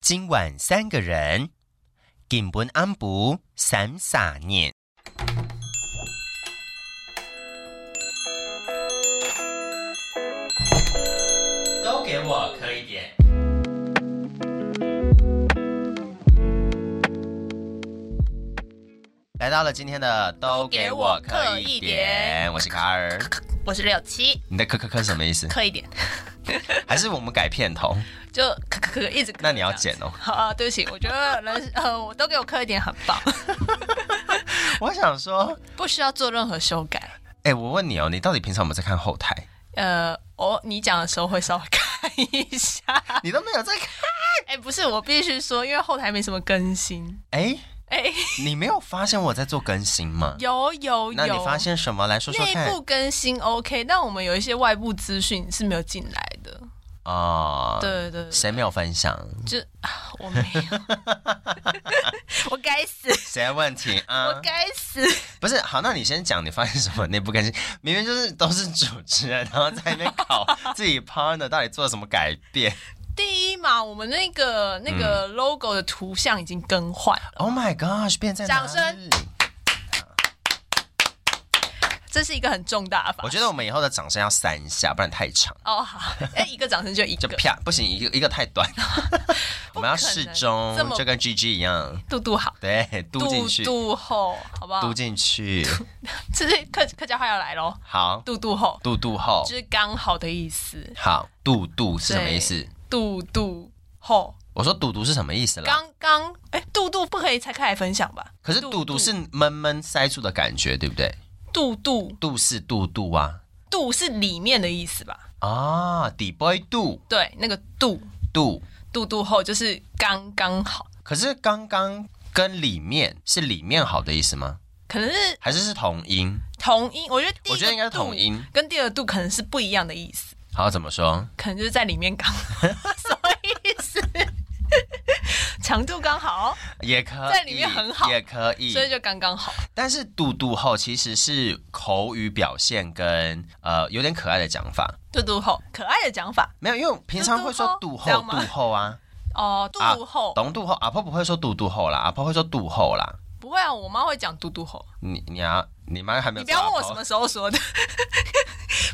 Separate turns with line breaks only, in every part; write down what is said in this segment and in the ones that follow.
今晚三个人，金本安不散撒念。都给我磕一点。来到了今天的都给我磕一点，我是卡 尔。
我是六七，
你的磕磕磕什么意思？
刻一点，
还是我们改片头？
就咳咳咳一直咳。
那你要剪哦。
好啊，对不起，我觉得人呃，我都给我刻一点很棒，
我想说，
不需要做任何修改。
哎、我问你哦，你到底平常有没有在看后台？
呃，我你讲的时候会稍微看一下。
你都没有在看？
哎、不是，我必须说，因为后台没什么更新。
哎、
哎、
你没有发现我在做更新吗？
有有有。
那你发现什么？来说说
内
看
部更新 OK，但我们有一些外部资讯是没有进来的。
哦。
对对对
谁没有分享？
就啊我没有， 我该死，
谁的问题
我
啊？
该死。
不是，好，那你先讲，你发现什么内部更新？明明就是都是主持人，然后在那边 搞自己 partner 到底做了什么改变
第一嘛，我们那个那
嗯
个 logo 的图像已经更换了，
？Oh my gosh，变在哪里
掌声。这是一个很重大的发
我觉得我们以后的掌声要三下，不然太长，
哦，好，哎， 一个掌声就一
就
个。
啪不行，一个一个太 短。我们要适中
这，么
就跟 GG 一样，
肚肚好，
对，嘟进
肚
去，
肚厚，好不好
嘟？进 去，
这是客客家话要来喽，
好，
肚肚厚
肚肚后
就，是刚好的意思，
好，肚肚是什么意思？
肚肚厚
我说肚肚是什么意思啦？
刚刚哎，肚肚不可以拆开来分享吧？
可是肚肚是闷闷塞住的感觉，对不对？
肚肚
肚是肚肚啊，
肚是里面的意思吧？
啊，底 boy 肚
对，那个肚
肚，
肚肚厚就是刚刚好，
可是刚刚跟里面是里面好的意思吗？
可能是
还是是同音？
同音，我觉得第一个
我觉得应该是
肚
同音。
跟第二度可能是不一样的意思，
好，怎么说？
可能就是在里面刚， 什么意思？强度刚 好，
也可以，
在里面很好
也可以。
所以就刚刚好。
但是肚肚后其实是口语表现跟呃有点可爱的讲法，
肚肚厚，可爱的讲法
没有，因为平常会说肚
肚肚后
后
这样
肚
吗
后啊，
哦，
啊
肚厚、
懂肚后阿婆不会说肚肚后啦，阿婆会说肚后啦。
不会啊，我妈会讲肚肚厚。
你你啊，你妈还没有
你不
说阿
要
婆？
问我什么时候说的，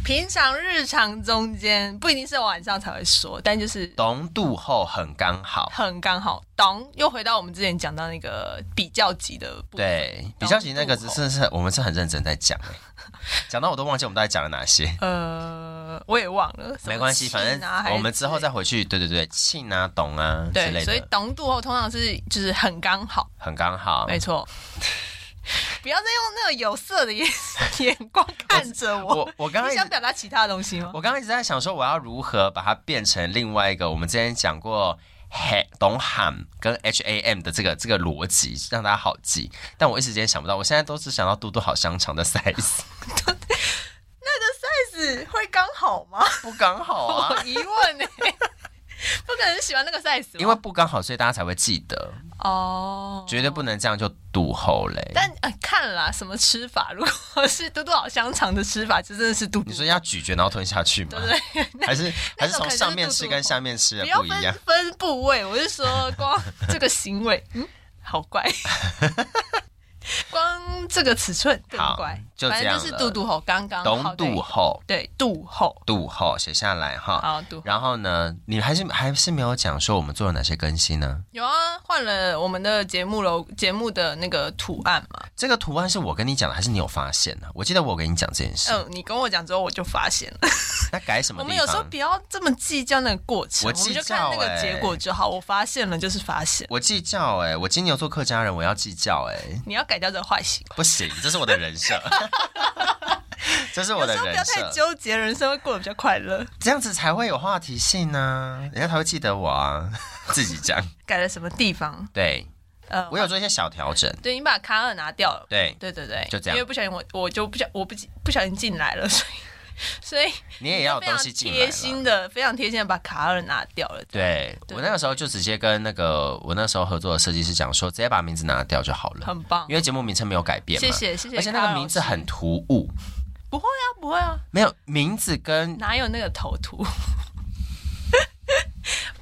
平常日常中间不一定是晚上才会说，但就是
懂肚后很刚好。
很刚好。懂，又回到我们之前讲到那个比较级的部分，
对，比
懂
较级那个只
肚
是是我们是很认真在 讲、欸，讲到我都忘记我们到底讲了哪些。
呃，我也忘了，什么
没关系，反
庆啊
正
还
我
是
们之后
之类
再回去。对对对，庆啊、懂啊之
对，
类
所以
的，
懂肚后通常是就是很刚好，
很刚好。
没错。 不要再用那个有色的眼眼光看着我。
我我刚刚一
你
直
想表达其他的东西吗？
我刚刚一直在想说，我要如何把它变成另外一个我们之前讲过 h 懂 ham 跟 h a m 的这个这个逻辑，让大家好记。但我一时间想不到，我现在都只想到嘟嘟好香肠的 size，
size 会刚好吗？
不刚好啊，
我疑问呢、 不可能喜欢那个 size，吧
因为不刚好，所以大家才会记得，
哦，
绝对不能这样就堵喉嘞。
但、呃、看啦，什么吃法？如果是嘟嘟好香肠的吃法，就真的是嘟嘟
你，说要咀嚼然后吞下去吗
对？不 对？
还是还是
那
从
种可能就是
上面吃
肚肚
跟下面吃的
不要
不一样
分？分部位，我是说光这个行为，嗯，好 怪，光这个尺寸更
好
怪，
就这
反
样
正
了
就是肚肚吼刚刚好
懂
的
肚后，
对肚后，
肚后写下来哈。
好肚
然后呢，你还是还是没有讲说我们做了哪些更新呢？
有啊，换了我们的节目楼节目的那个图案嘛，
这个图案是我跟你讲的，还是你有发现呢、我记得我有跟你讲这件事。
嗯，你跟我讲之后我就发现了，
那改什么
我
地
们
方？
有时候不要这么计较那个过程，
我
我
计
们就看那
较
个
欸
结果就好。我发现了就是发现，
我计较哎、我金牛座客家人，我要计较哎、
你要改掉这个坏习惯。
不行，这是我的人设， 这是我
有
的
时候不
人
要太
设，
纠结，人生会过得比较快乐。
这样子才会有话题性呢、人家才会记得我啊。 自己讲，
改了什么地方？
对
呃，
我有做一些小调整，
对你把卡尔拿掉了，
对
对对对，
就这样
因为不小心我我就不小我不不小心进来了， 所以所以
你也要有
非常
东西进来
贴
了。
心的，非常贴心的把卡尔拿掉了。
对我那个时候就直接跟那个我那时候合作的设计师讲说，直接把名字拿掉就好了，
很棒
因，为节目名称没有改变嘛。
谢谢谢谢。
而且那个名字很突兀，
不会啊不会啊，
没有名字跟
哪有那个头图？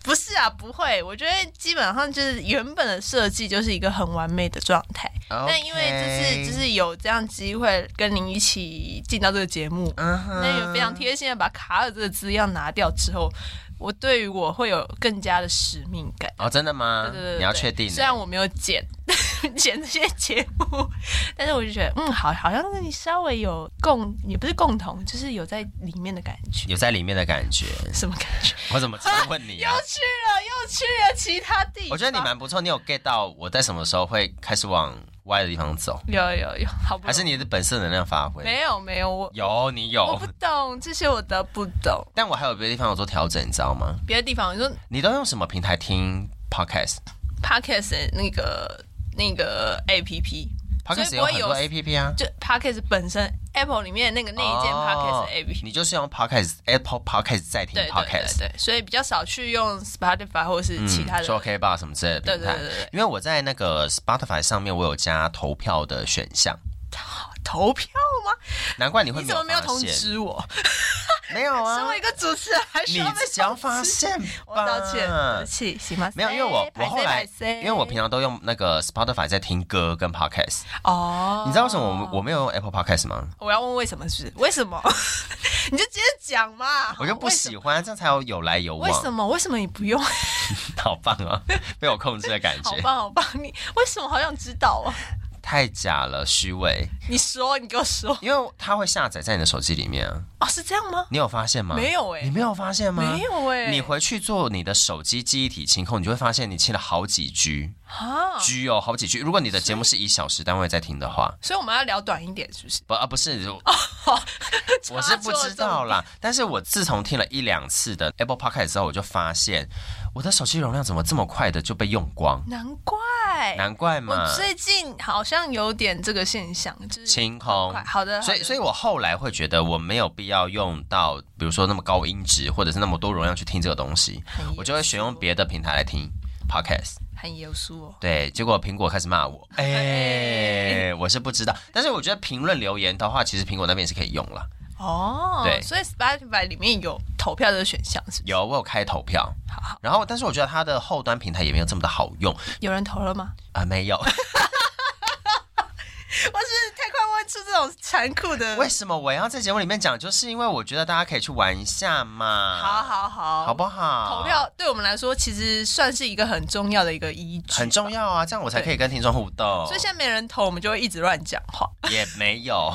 不是啊，不会，我觉得基本上就是原本的设计就是一个很完美的状态。但因为这
OK
次就是有这样机会跟您一起进到这个节目，
嗯哼
那也非常贴心的把卡尔这个字样拿掉之后，我对于我会有更加的使命感。
哦，真的吗？
对对对，
你要
对
确定欸。
虽然我没有剪 剪这些节目，但是我就觉得，嗯，好，好像是稍微有共，也不是共同，就是有在里面的感觉。
有在里面的感觉，
什么感觉？
我怎么这么问你
又
啊？
去了，又去了其他地方。
我觉得你蛮不错，你有 get 到我在什么时候会开始往歪的地方走，
有有有，好不容易？
还是你的本色能量发挥？
没有没有我。
有，你
我
有
不，懂这些，我都不懂。
但我还有别的地方有做调整，你知道吗？
别的地方，你说
你都用什么平台听 podcast？podcast
podcast 的那个那个 A P P，所以
有
不会
很
有
多 app 啊。
就 podcast 本身 Apple 里面那个那一件 podcast
哦
的 A P P，、
你就是用 podcast Apple podcast 在听
对对对
podcast，
对，所以比较少去用 Spotify 或是其他的。
嗯说 OK 吧什么之类的
对
平
对
台
对。对对，
因为我在那个 Spotify 上面，我有加投票的选项，
投票吗？
难怪你会
你怎么没有
发
通
现？
知我？
没有
身
啊
为一，个主持人，还需
你
要被
自己要
通
发
知
现吧。
我道歉，对不起，行吗？
没有，因为我我
拍谁
后来
拍，谁
因为我平常都用那个 Spotify 在听歌跟 podcast，、
哦，
你知道为什么我我没有用 Apple podcast 吗？
我要问为什么是不是？为什么？ 你就直接讲嘛。
我就不喜欢，这样才有有来有
为
往，
什么？为什么你不用？
好棒啊！ 被我控制的感
好
觉，
棒，好棒！你为什么好想知道啊？
太假了，虚伪。
你说，你给我说。
因为它会下载在你的手机里面啊，
哦，是这样吗？
你有发现吗？
没有欸
你没有发现吗？
没有哎、
你回去做你的手机记忆体清空，你就会发现你清了好几 G
啊？
G 哦，好几 G。如果你的节目是以小时单位在听的话，
所以我们要聊短一点，是不 是？
不啊不是，
哦
我是不知道啦。但是我自从听了一两次的 Apple Podcast 之后，我就发现我的手机容量怎么这么快的就被用光，
难怪，
难怪嘛
哎我，最近好像有点这个现象，就是
清空
快。好的，
所以，所以
以
我后来会觉得我没有必要用到，比如说那么高音质或者是那么多容量去听这个东西，
哎
我就会选用别的平台来听 podcast。
很严肃哦。
对，结果苹果开始骂我，哎、
哎
我是不知道，但是我觉得评论留言的话，其实苹果那边也是可以用了。
哦，
对
所以 Spotify 里面有投票的选项，是不是？
有，我有开投票，
好好，
然后但是我觉得它的后端平台也没有这么的好用
有人投了吗？
啊、没有。
我是不是太快问出这种残酷的。
为什么我要在节目里面讲？就是因为我觉得大家可以去玩一下嘛，
好，好好，
好不好？
投票对我们来说其实算是一个很重要的一个依据，
很重要啊，这样我才可以跟听众互动。
所以现在没人投，我们就会一直乱讲话。
也没有，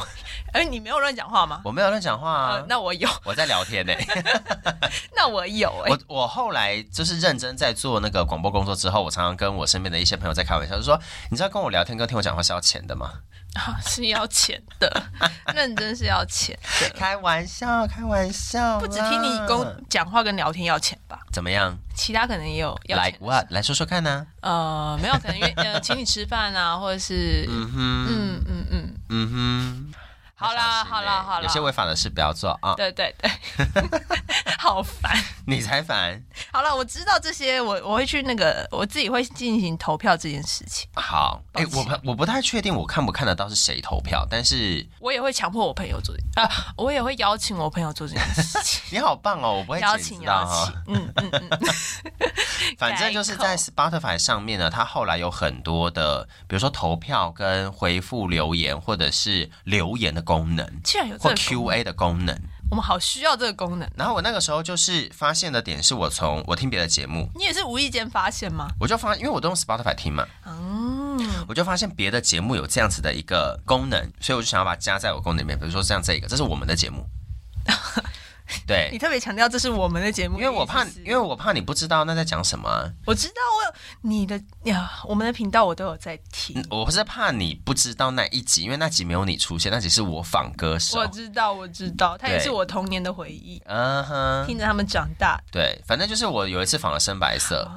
哎，你没有乱讲话吗？
我没有乱讲话啊。
呃，那我有，
我在聊天呢、
那我有、哎，
我我后来就是认真在做那个广播工作之后，我常常跟我身边的一些朋友在开玩笑，就说你知道跟我聊天跟听我讲话是要钱的吗？
啊是要钱 的，认真是要钱的，
开玩笑，开玩笑啦，
不只听你公讲话跟聊天要钱吧，
怎么样
其他可能也有要钱
？Like
的
what？来说说看呢、
呃，没有，可能约 呃，请你吃饭啊，或者是
嗯哼，
嗯嗯嗯，
嗯哼，
好啦
要小心
好啦
欸
好啦
有些违法的事不要做啊！
对对 对，好烦。
你才烦。
好了，我知道这些，我我会去那个，我自己会进行投票这件事情，
好，哎、
抱
我
歉
不我不太确定我看不看得到是谁投票，但是，
我也会强迫我朋友做啊、我也会邀请我朋友做这件事情
你好棒 哦，我不会
邀
剪
请
辑到
邀
哈
请。，嗯嗯嗯，
反正就是在 Spotify 上面呢，它后来有很多的，比如说投票跟回复留言，或者是留言的功能，
居然有这
或
个功能，
Q&A 的功能。
我们好需要这个功能。
然后我那个时候就是发现的点是我从我听别的节目，
你也是无意间发现吗？
我就发，因为我都用 Spotify 听嘛，
嗯，
我就发现别的节目有这样子的一个功能，所以我就想要把它加在我功能里面。比如说像这个，这是我们的节 目，对
你，特别强调这是我们的节目，
因为我怕，
意思是
因为我怕你不知道那在讲什么啊、
我知道我有你的呀，我们的频道我都有在听，
嗯我是怕你不知道那一集，因为那集没有你出现，那集是我仿歌手
我。知道我知道，它也
对
是我童年的回忆，
嗯哼，
听着他们长大。
对，反正就是我有一次仿了深白色，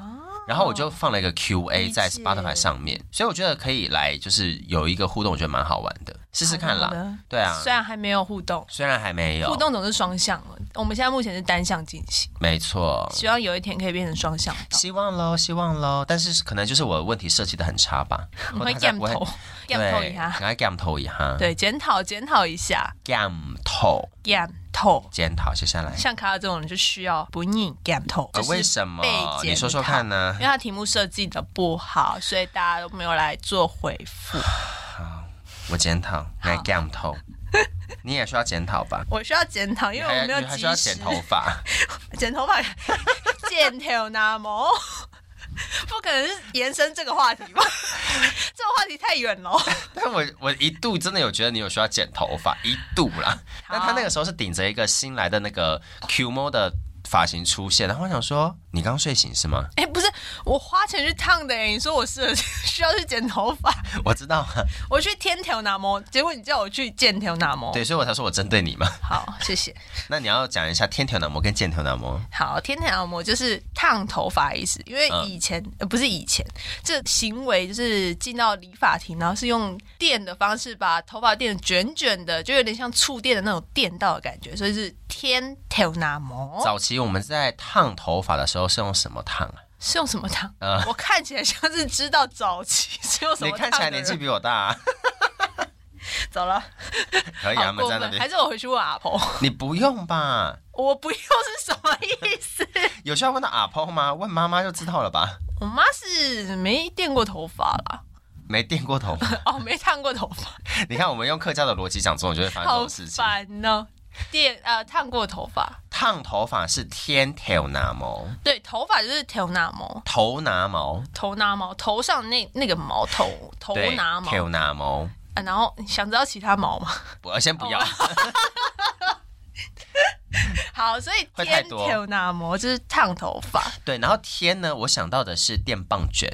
然后我就放了一个 Q&A 在
哦理解
Spotify 上面，所以我觉得可以来就是有一个互动，我觉得蛮好玩的，试试看
好
啦。
的
对啊，
虽然还没有互动，
虽然还没有
互，动总是双向了，我们现在目前是单向进行，
没错，
希望有一天可以变成双向道。
希望喽，希望喽，但是可能就是我的问题设计的很差吧，
我
或
们
者他
会 g
才
a
不会
头 g a 头一下，
嗯赶快 gam 头一下，
对，检讨检讨一下
，gam 头
g a 头透。
检讨，接下来，
像卡尔这种人就需要不逆检透，
呃
就是
为什么
被检？
你说说
讨
看啊呢
因为？他题目设计的不好，所以大家都没有来做回复。
我检讨，你来 gam 头，你也需要检讨吧？
我需要检讨，因为我没有
你还
及
需要
时
剪头发，
剪头发， 剪头那么， 不可能是延伸这个话题吧？ 这个话题太远了。
但我我一度真的有觉得你有需要剪头发，一度啦。
好
但他 那个时候是顶着一个新来的那个 Q mo 的发型出现，然后我想说，你刚睡醒是吗？
哎、不是，我花钱去烫的、欸，你说我适合需要去剪头发，
我知道啊，
我去天条那么，结果你叫我去剪头那么。
对，所以我才说我针对 你嘛。
好，谢谢。
那你要讲一下天条男模跟剑条男模，
好，天台按摩就是烫头发的意思，因为
嗯
以前、呃、不是以前，这行为就是进到理发厅，然后是用电的方式把头发电卷卷的，就有点像触电的那种电到的感觉，所以是天台按摩。
早期我们在烫头发的时候是用什么烫啊？
是用什么烫？
呃
我看起来像是知道早期是用什
你
么烫的
看起来年
人
纪比我大、啊，
走了，
可以啊，
好
他们
过
在那
分，
边
还，是我回去问阿婆？
你不用吧？
我不用是什么意思？
有需要问到阿婆吗？问妈妈就知道了吧？
我妈是没电过头发啦，
没电过头发，
哦，没烫过头发。
你看我们用客家的逻辑讲这种，就会发生啊这
好
种事情。
烦哦。电呃，烫过头发，
烫头发是天条拿毛，
对，头发就是头拿毛，
头拿毛，
头拿毛，头上那那个毛头头
对，
拿毛、
头拿毛，
啊。然后想知道其他毛吗？
我先不要。
哦好，所以
会太
天
多
头拿毛就是烫头发。
对，然后天呢，我想到的是电棒卷，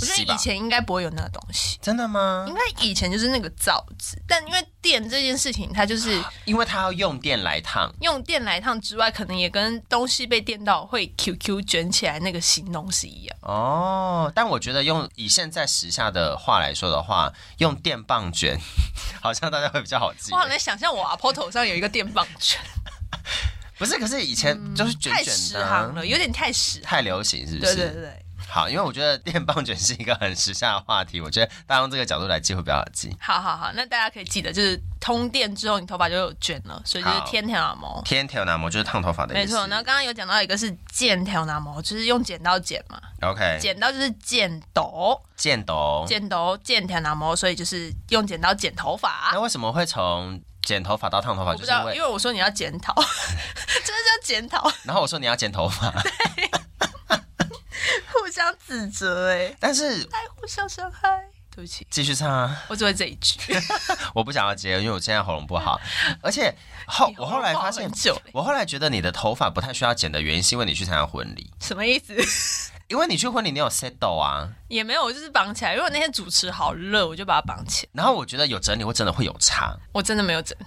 我觉
是
得
吧
以前应该不会有那个东西，
真的吗
应？该以前就是那个罩子，但因为电这件事情，它就是
因为它要用电来烫，
用电来烫之外，可能也跟东西被电到会 QQ 卷起来那个形容是一样。
哦，但我觉得用以现在时下的话来说的话，用电棒卷 好像大家会比较好记
我。好难想象我阿婆头上有一个电棒卷，
不是，可是以前就是卷
嗯太
卷
实
的、
行
啊，
了，有点太实行。
太流行，是不
对
是？
对对对，
好，因为我觉得电棒卷是一个很时下的话题，我觉得大家用这个角度来记会比较好记。
好好好，那大家可以记得，就是通电之后你头发就有卷了，所以就是天条拿毛。
天条拿模就是烫头发的
没
意思，
错，然后刚刚有讲到一个是剪条拿毛，就是用剪刀剪嘛，
OK，
剪刀就是剪斗，
剑斗。
剪斗剪条拿毛，所以就是用剪刀剪头发。
那为什么会从剪头发到烫头发？
啊我
就
不
是
知道，
因
因
为，
为我说你要检 讨，真的叫检讨，
然后我说你要剪头发，
互相指责哎、欸，
但是
爱互相伤害。对不起，
继续唱啊，
我只会这一句。
我不想要接，因为我现在喉咙不好，而且后
你
我后来发
好
现
很。久欸
我后来觉得你的头发不太需要剪的原因，是因为你去参加婚礼，
什么意思？
因为你去婚礼你有 settle 啊，
也没有，我就是绑起来，因为我那天主持好热，我就把它绑起来。
然后我觉得有整理会真的会有差，
我真的没有整理。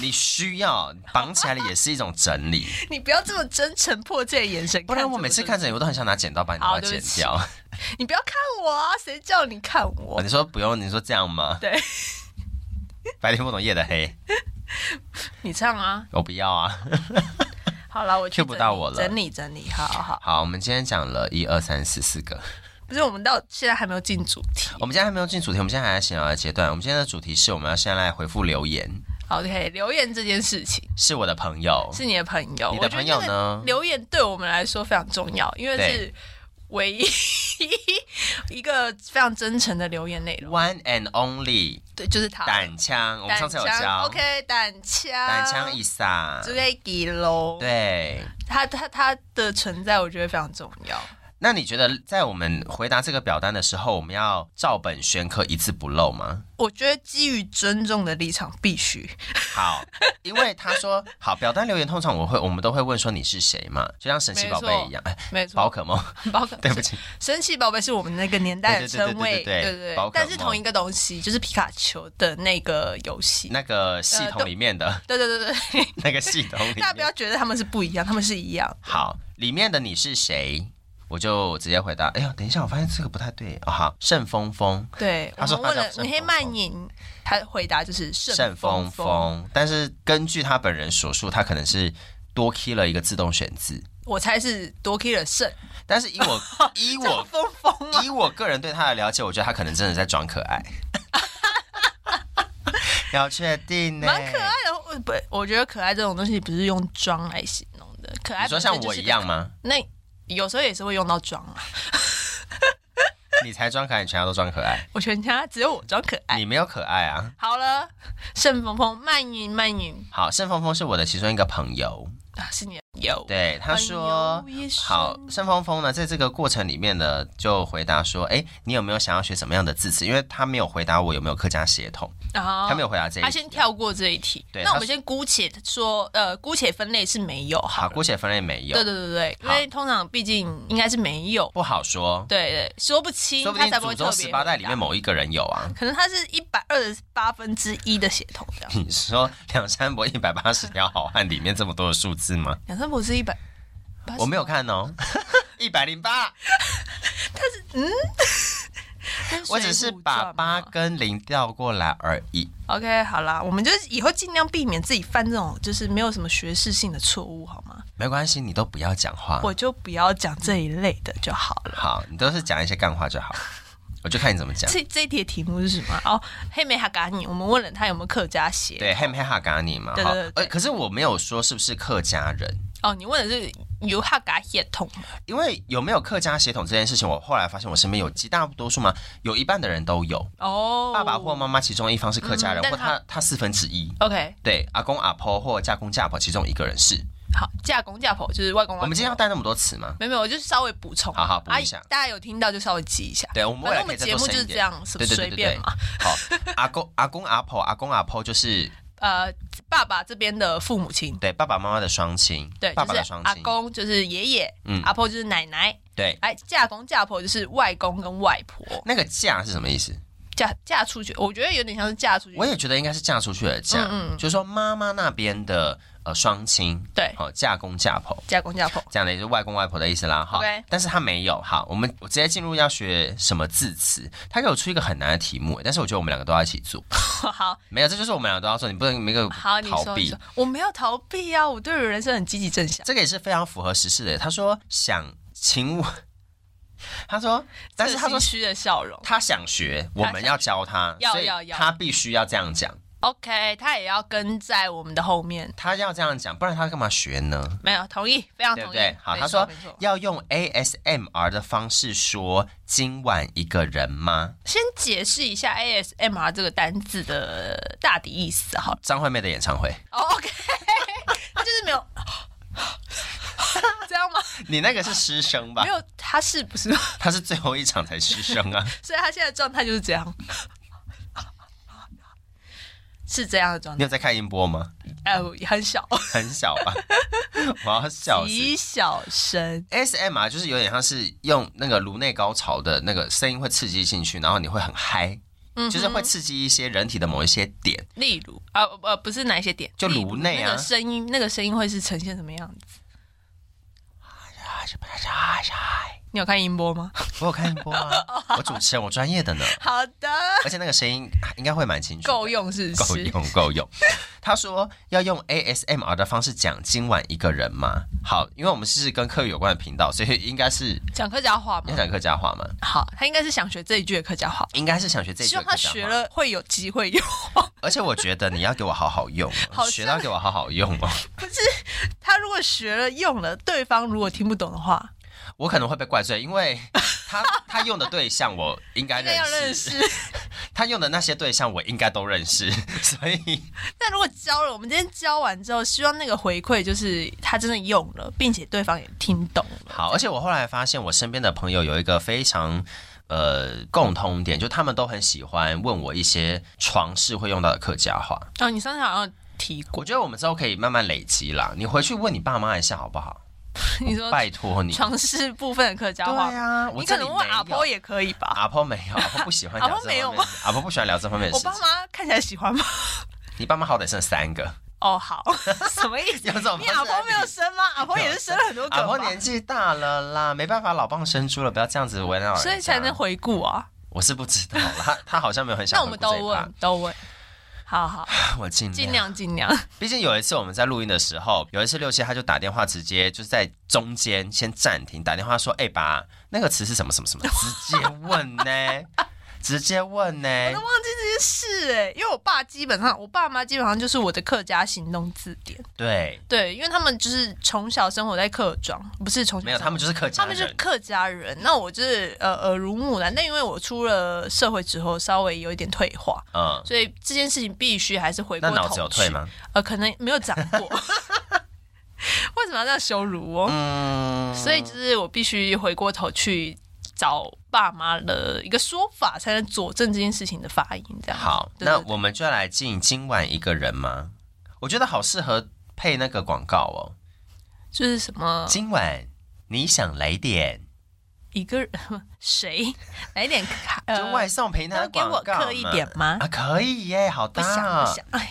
你需要绑起来的也是一种整 理，
你不要这么真诚迫切的眼神，
不然
着
我每次看
就
着你我都很想拿剪刀把你头发
好对
剪
不起
掉。
是你不要看我啊，谁叫你看我
哦？你说不用，你说这样吗？
对，
白天不懂夜的黑，
你唱啊，
我不要啊。
好了，我去
Cue 不到我了
整理整理整理，好好好，
好，我们今天讲了一二三四四个，
不是我们到现在还没有进主题，
我们今天还没有进主题，我们现在还在闲聊的阶段。我们今天的主题是我们要先来回复留言，
好，OK，留言这件事情
是我的朋友，
是你的朋友，
你的朋友
我觉得那
呢
个？留言对我们来说非常重要，因为
对
是唯一一个非常真诚的留言内容，
One and only
对，就是他
胆枪，我们上次有
胆
教
腔，OK，胆啊枪，
胆枪一撒，
就在几楼，
对。
他他他的存在，我觉得非常重要。
那你觉得在我们回答这个表单的时候，我们要照本宣科，一字不漏吗？
我觉得基于尊重的立场必须。
好，因为他说好，表单留言通常我会我们都会问说你是谁嘛，就像神奇宝贝一样，哎，
没
宝
错，
可 梦，
宝可
对不起，
神奇宝贝是我们那个年代的称谓，
对对对对对对
对对
宝可梦
但是同一个东西，就是皮卡丘的那个游戏。
那个系统里面的
对对对对，
那个系统里
呃大家不
面，
要觉得他们是不一样，他们是一样。
好，里面的你是谁？我就直接回答，哎呦，等一下，我发现这个不太对哦。好，盛风风，
对，
他
我
说
们问
他
了
叫盛
黑曼影，他回答就是
盛
风
风。风，但是根据他本人所述，他可能是多 key 了一个自动选字，
我猜是多 K 的圣，
但是以 我以
叫
我
风风吗？
以我个人对他的了解，我觉得他可能 真的在装可爱。要确定呢、
蛮可爱的，哎我不，我觉得可爱这种东西不是用装来形容的，可爱
你说像
本身就
我
是
一样吗？
个，那有时候也是会用到装啊。
你才装可爱，你全家都装可爱，
我全家只有我装可爱。
你没有可爱啊。
好了，盛鹏鹏，慢云慢云
好，盛峰峰是我的其中一个朋友，
啊，是你的有。
对他说
哎呦，一生
好，盛峰峰呢，在这个过程里面呢，就回答说，哎，你有没有想要学什么样的字词？因为他没有回答我有没有客家血统，
啊
他没有回答这一
他
题
先跳过这一题。
对
那我
他
们先姑且说，呃，姑且分类是没有好
好，
了。
姑且分类没有
对，对对对，因
好
为通常毕竟应该是没有。
不好说，
对对，说不清，
说不
他
定
才不
祖
会特
宗
别
十八代里面
回答，
某一个人有啊。
可能他是一百二十八分之一的血统这样。
你说梁山伯一百八十条好汉里面这么多的数字吗？
两三不是一百，80
我没有看哦，一百零八，
跟水
我只是
浒
把
传
八
嘛
跟零调过来而已。
OK，好啦，我们就是以后尽量避免自己犯这种就是没有什么学识性的错误，好吗？
没关系，你都不要讲话，
我就不要讲这一类的就好了。
好，你都是讲一些干话就好，我就看你怎么讲。
这这一题的题目是什么？哦，黑莓哈嘎尼，我们问了他有没有客家血。
对，黑黑哈嘎你嘛，
对
哈
对对，对
呃，可是我没有说是不是客家人，
哦，你问的是有哈嘎血统吗，
因为有没有客家血统这件事情，我后来发现我身边有极大多数嘛，有一半的人都有，
哦，
爸爸或妈妈其中一方是客家人，
嗯但
或
他
他他四分之一，
OK，
对，阿公阿婆或嫁公嫁婆其中一个人是。
好，嫁公嫁婆就是外公外婆。
我们今天要带那么多词吗？
没有没有，我就是稍微补充，
好好补一
啊
下
大家有听到就稍微记一下。
对，我们
反
未
正
来
我
可以再多
们节目
省一
就是这
点。
样，随
对对对
随
对
便
对
嘛。。
好，阿公 阿公阿婆阿公阿婆就是
呃，爸爸这边的父母亲，
对爸爸妈妈的双亲，
对，
爸爸的
就是
双
阿
亲，
公就是爷爷，
嗯
阿婆就是奶奶，
对。
哎，嫁公嫁婆就是外公跟外婆，
那个嫁是什么意思？
嫁嫁出去，我觉得有点像是嫁出去
我，也觉得应该是嫁出去的嫁，
嗯嗯
就是说妈妈那边的呃双亲，
对，
好、嫁公嫁婆
嫁公嫁婆，
这样的，也就是外公外婆的意思啦，哈。
OK
但是他没有，好，我们我直接进入要学什么字词，他给我出一个很难的题目，但是我觉得我们两个都要一起做，
好
没有，这就是我们两个都要做，你不能没个
好，你
逃
说，你
避
说。我没有逃避啊，我对人生很积极正向，
这个也是非常符合时事的。他说想请我， 他说，但是他说
这心虚的笑容
他想学，我们要教他，
要
所以
要要
他必须要这样讲，
，OK，他也要跟在我们的后面，
他要这样讲，不然他干嘛学呢？
没有同意，非常
对
同
不
意，
对？好，
没
他
错
说
没错
要用 ASMR 的方式说今晚一个人吗？
先解释一下 ASMR 这个单字的大抵意思好了。
张惠妹的演唱会，
哦 OK，他就是没有 这 样吗？
你那个是失声吧
没？有，他是不是？
他是最后一场才失声啊。
所以他现在状态就是这样， 是这样的状
你
态。
有在看音波吗？
哎，我很 小，
很小吧，我要笑死。
极小声。
ASMR 啊就是有点像是用那个颅内高潮的那个声音会刺激进去，然后你会很嗨，
嗯
就是会刺激一些人体的某一些 点。
例如啊，呃，不是哪一些点，
就
例如
颅内啊
那个声音，那个声音会是呈现什么样子？你有看音波吗？
我有看音波啊，我主持人，我专业的呢，
好的，
而且那个声音应该会蛮清楚的，
够用是不
够
是？
用够用。他说要用 ASMR 的方式讲今晚一个人吗？好，因为我们是跟客语有关的频道，所以应该是
讲客家话
你要
吗？
讲客家话吗？
好，他应该是想学这一句的客家话，
应该是想学这一句
希
的
望
客
他
家
学
话，
了会有机会用。
而且我觉得你要给我好好用哦，
好像
学到给我好好用哦，
他如果学了用了，对方如果听不懂的话，
我可能会被怪罪，因 为他他用的对象我应该
应该要认
认识，
识。
他用的那些对象我应该都认识， 所以
那如果教了，我们今天教完之后，希望那个回馈就是他真的用了，并且对方也听懂了。
好，而且我后来发现，我身边的朋友有一个非常呃共通点，就他们都很喜欢问我一些床事会用到的客家话。
哦，你上次好像有提 过
我，觉得我们之后可以慢慢累积啦，你回去问你爸妈一下好不好？
你说
拜托你。
呃床事部分的客家
对
话，
啊，我
你可
这里
能问
没
阿
有啊
婆也可以吧？
阿婆没有，阿婆不喜欢
阿
聊
婆
这方
没
面
有
的，阿婆不喜欢聊这方面的
我
事
爸
情。
妈看起来喜欢吗？
你爸妈好歹剩三个，
哦，好，什么意思？
有这种
你阿婆没有生吗？阿婆也是生了很 多
阿
个
婆
吧
年，纪大了啦，没办法，老蚌生珠了，不要这样子为难老人
所以才
家
能回顾啊。
我是不知道啦， 他他好像没有很想
那我
回
们
顾
都
这一趴。
问，都问。好好，
我尽
尽
量。
量 尽量。
毕竟有一次我们在录音的时候，有一次六七他就打电话，直接就是在中间先暂停，打电话说：“哎、爸， 那个词是什么什么什么？”直接问呢，直接问呢。
我都忘记这是哎、因为我爸基本上，我爸妈基本上就是我的客家行动字典。
对，
对，因为他们就是从小生活在客庄，不是从小
没有，他们就是客家
他们就是
人，
客家人。那我就是呃耳濡目染，但因为我出了社会之后，稍微有一点退化，
嗯，
所以这件事情必须还是回
那
过
脑子
头去。
有退吗？
呃，可能没有长 过。为什么要这样羞辱我？
嗯，
所以就是我必须回过头去找爸妈的一个说法，才能佐证这件事情的发音。这样子
好，
对
那
对
我们就来进今晚一个人吗？我觉得好适合配那个广告哦。
就是什么
今晚你想来点，
一个人呃谁来点卡
就外
呃，
送平台的
能给
广
我
告嘛
刻一点吗？
啊，可以耶，好
不
大
想不想，哎，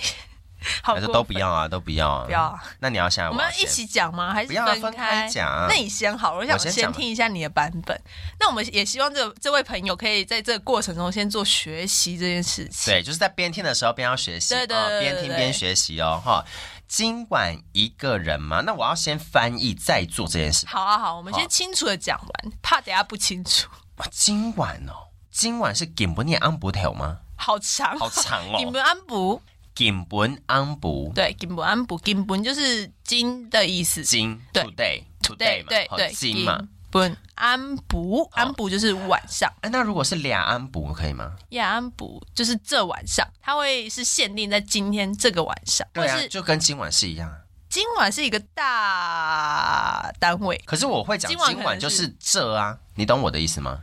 好
还是
过
都
分
不要啊，都不要啊，
不要啊。
那你要下来，
我
要
们一
先
起讲吗？还是
不要啊
分
分开讲
那你先好了，我
我
想
先
先
讲啊
听一下你的版本。那我们也希望这这位朋友可以在这个过程中先做学习这件事情。
对，就是在边听的时候边要学习，
对对
哦
对对
边听边学习哦，哈。今晚一个人嘛，那我要先翻译再做这件事。
好啊，好，我们
好
先清楚的讲完，怕等下不清楚，
哇，今晚哦，今晚是金本念安博条吗？
好长。
好 长
金
哦，
本安补，
金本安博
对，金本安补，金本就是金的意思，
金
对
today
对
today 嘛，
对
好
对，
金嘛。
本安补，安补就是晚上，
哎，那如果是俩安博可以吗？
夜安补就是这晚上，它会是限定在今天这个晚上，
对
或
啊，
是
就跟今晚是一样啊。
今晚是一个大单位，
可是我会讲
今晚可
今晚
能
就是是这啊，你懂我的意思吗？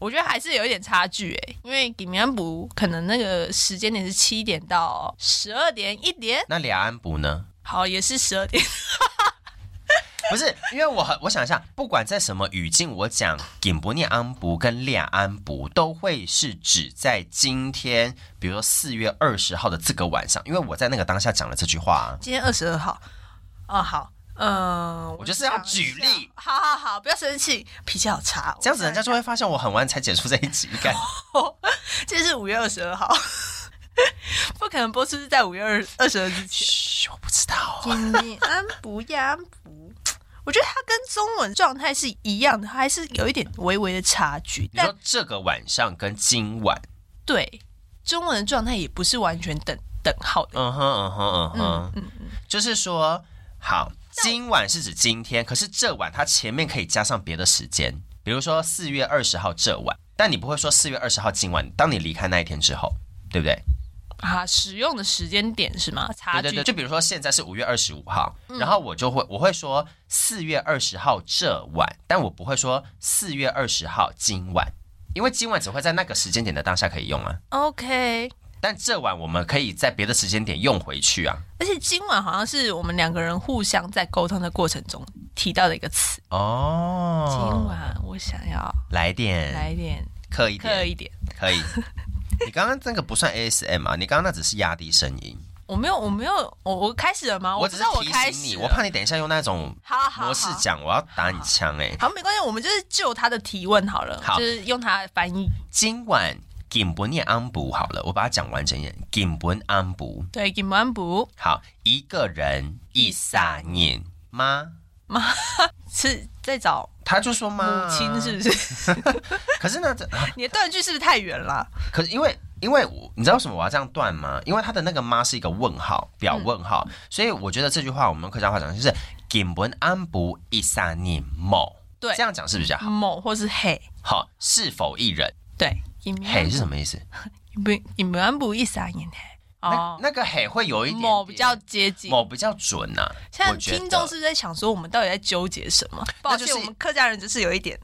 我觉得还是有一点差距诶、因为给明安补可能那个时间点是七点到十二点一点，
那俩安博呢？
好也是十二点，
不是，因为我很我想一下，不管在什么语境，我讲顶不念安不跟俩安不都会是指在今天，比如说四月二十号的这个晚上，因为我在那个当下讲了这句话、啊。
今天二十二号，哦好，嗯、
我就是要举例
想一下，好好好，不要生气，脾气好差哦，
这样子人家就会发现我很晚才解出这一集，感
这是五月二十二号， 不可能播出是在五月二二十二之前。
嘘，我不知道。
你安不呀安不？我觉得它跟中文状态是一样的，还是有一点微微的差距。
你
但
说这个晚上跟今晚，
对中文的状态也不是完全等等号的。
嗯哼嗯哼嗯
嗯
哼，
嗯，
就是说好。今晚是指今天，可是这晚它前面可以加上别的时间，比如说四月二十号这晚，但你不会说四月二十号今晚，当你离开那一天之后，对不对？
啊，使用的时间点是吗？差
对
距
对对，就比如说现在是五月二十五号，
嗯
然后我就会我会说四月二十号这晚，但我不会说四月二十号今晚，因为今晚只会在那个时间点的当下可以用啊。
OK。
但这晚我们可以在别的时间点用回去啊。
而且今晚好像是我们两个人互相在沟通的过程中提到的一个词。
哦，
今晚我想要
来点，
来点
刻嗯一
刻
点，
一点。
可 以。你刚刚那个不算 ASM 啊，你刚刚那只是压低声音，
我没有，我没有，我我开始了吗？
我
不
只
知
是
道哦我
提
开
醒
始
你，
了
我怕你等一下用那种
好好好
模式讲，我要打你枪哎、
好，没关系，我们就是就他的提问好了，
好
就是用他的翻译。
今晚金本念安补好了，我把它讲完整一点。金本安补
对，金安补
好，一个人一撒念妈，
是在找
他就说
母
妈
亲是。不 是？
可是呢，这啊
你的断句是不是太远了？
可是因为因为我你知道为什么我要这样断吗？因为他的那个妈是一个问号表问号，所以我觉得这句话我们客家话讲就是金本安补一撒念某，
对
这样讲是比较好。
某或是嘿，
好，是否一人？
对，金
嘿是什么意思？
不金安补一撒眼嘿。
那
哦，
那个嘿会有一点点
某比较接近。
某比较准呐、
现在
我觉得
听众是不是在想说，我们到底在纠结什么？抱
那就
歉，
是
我们客家人只是有一点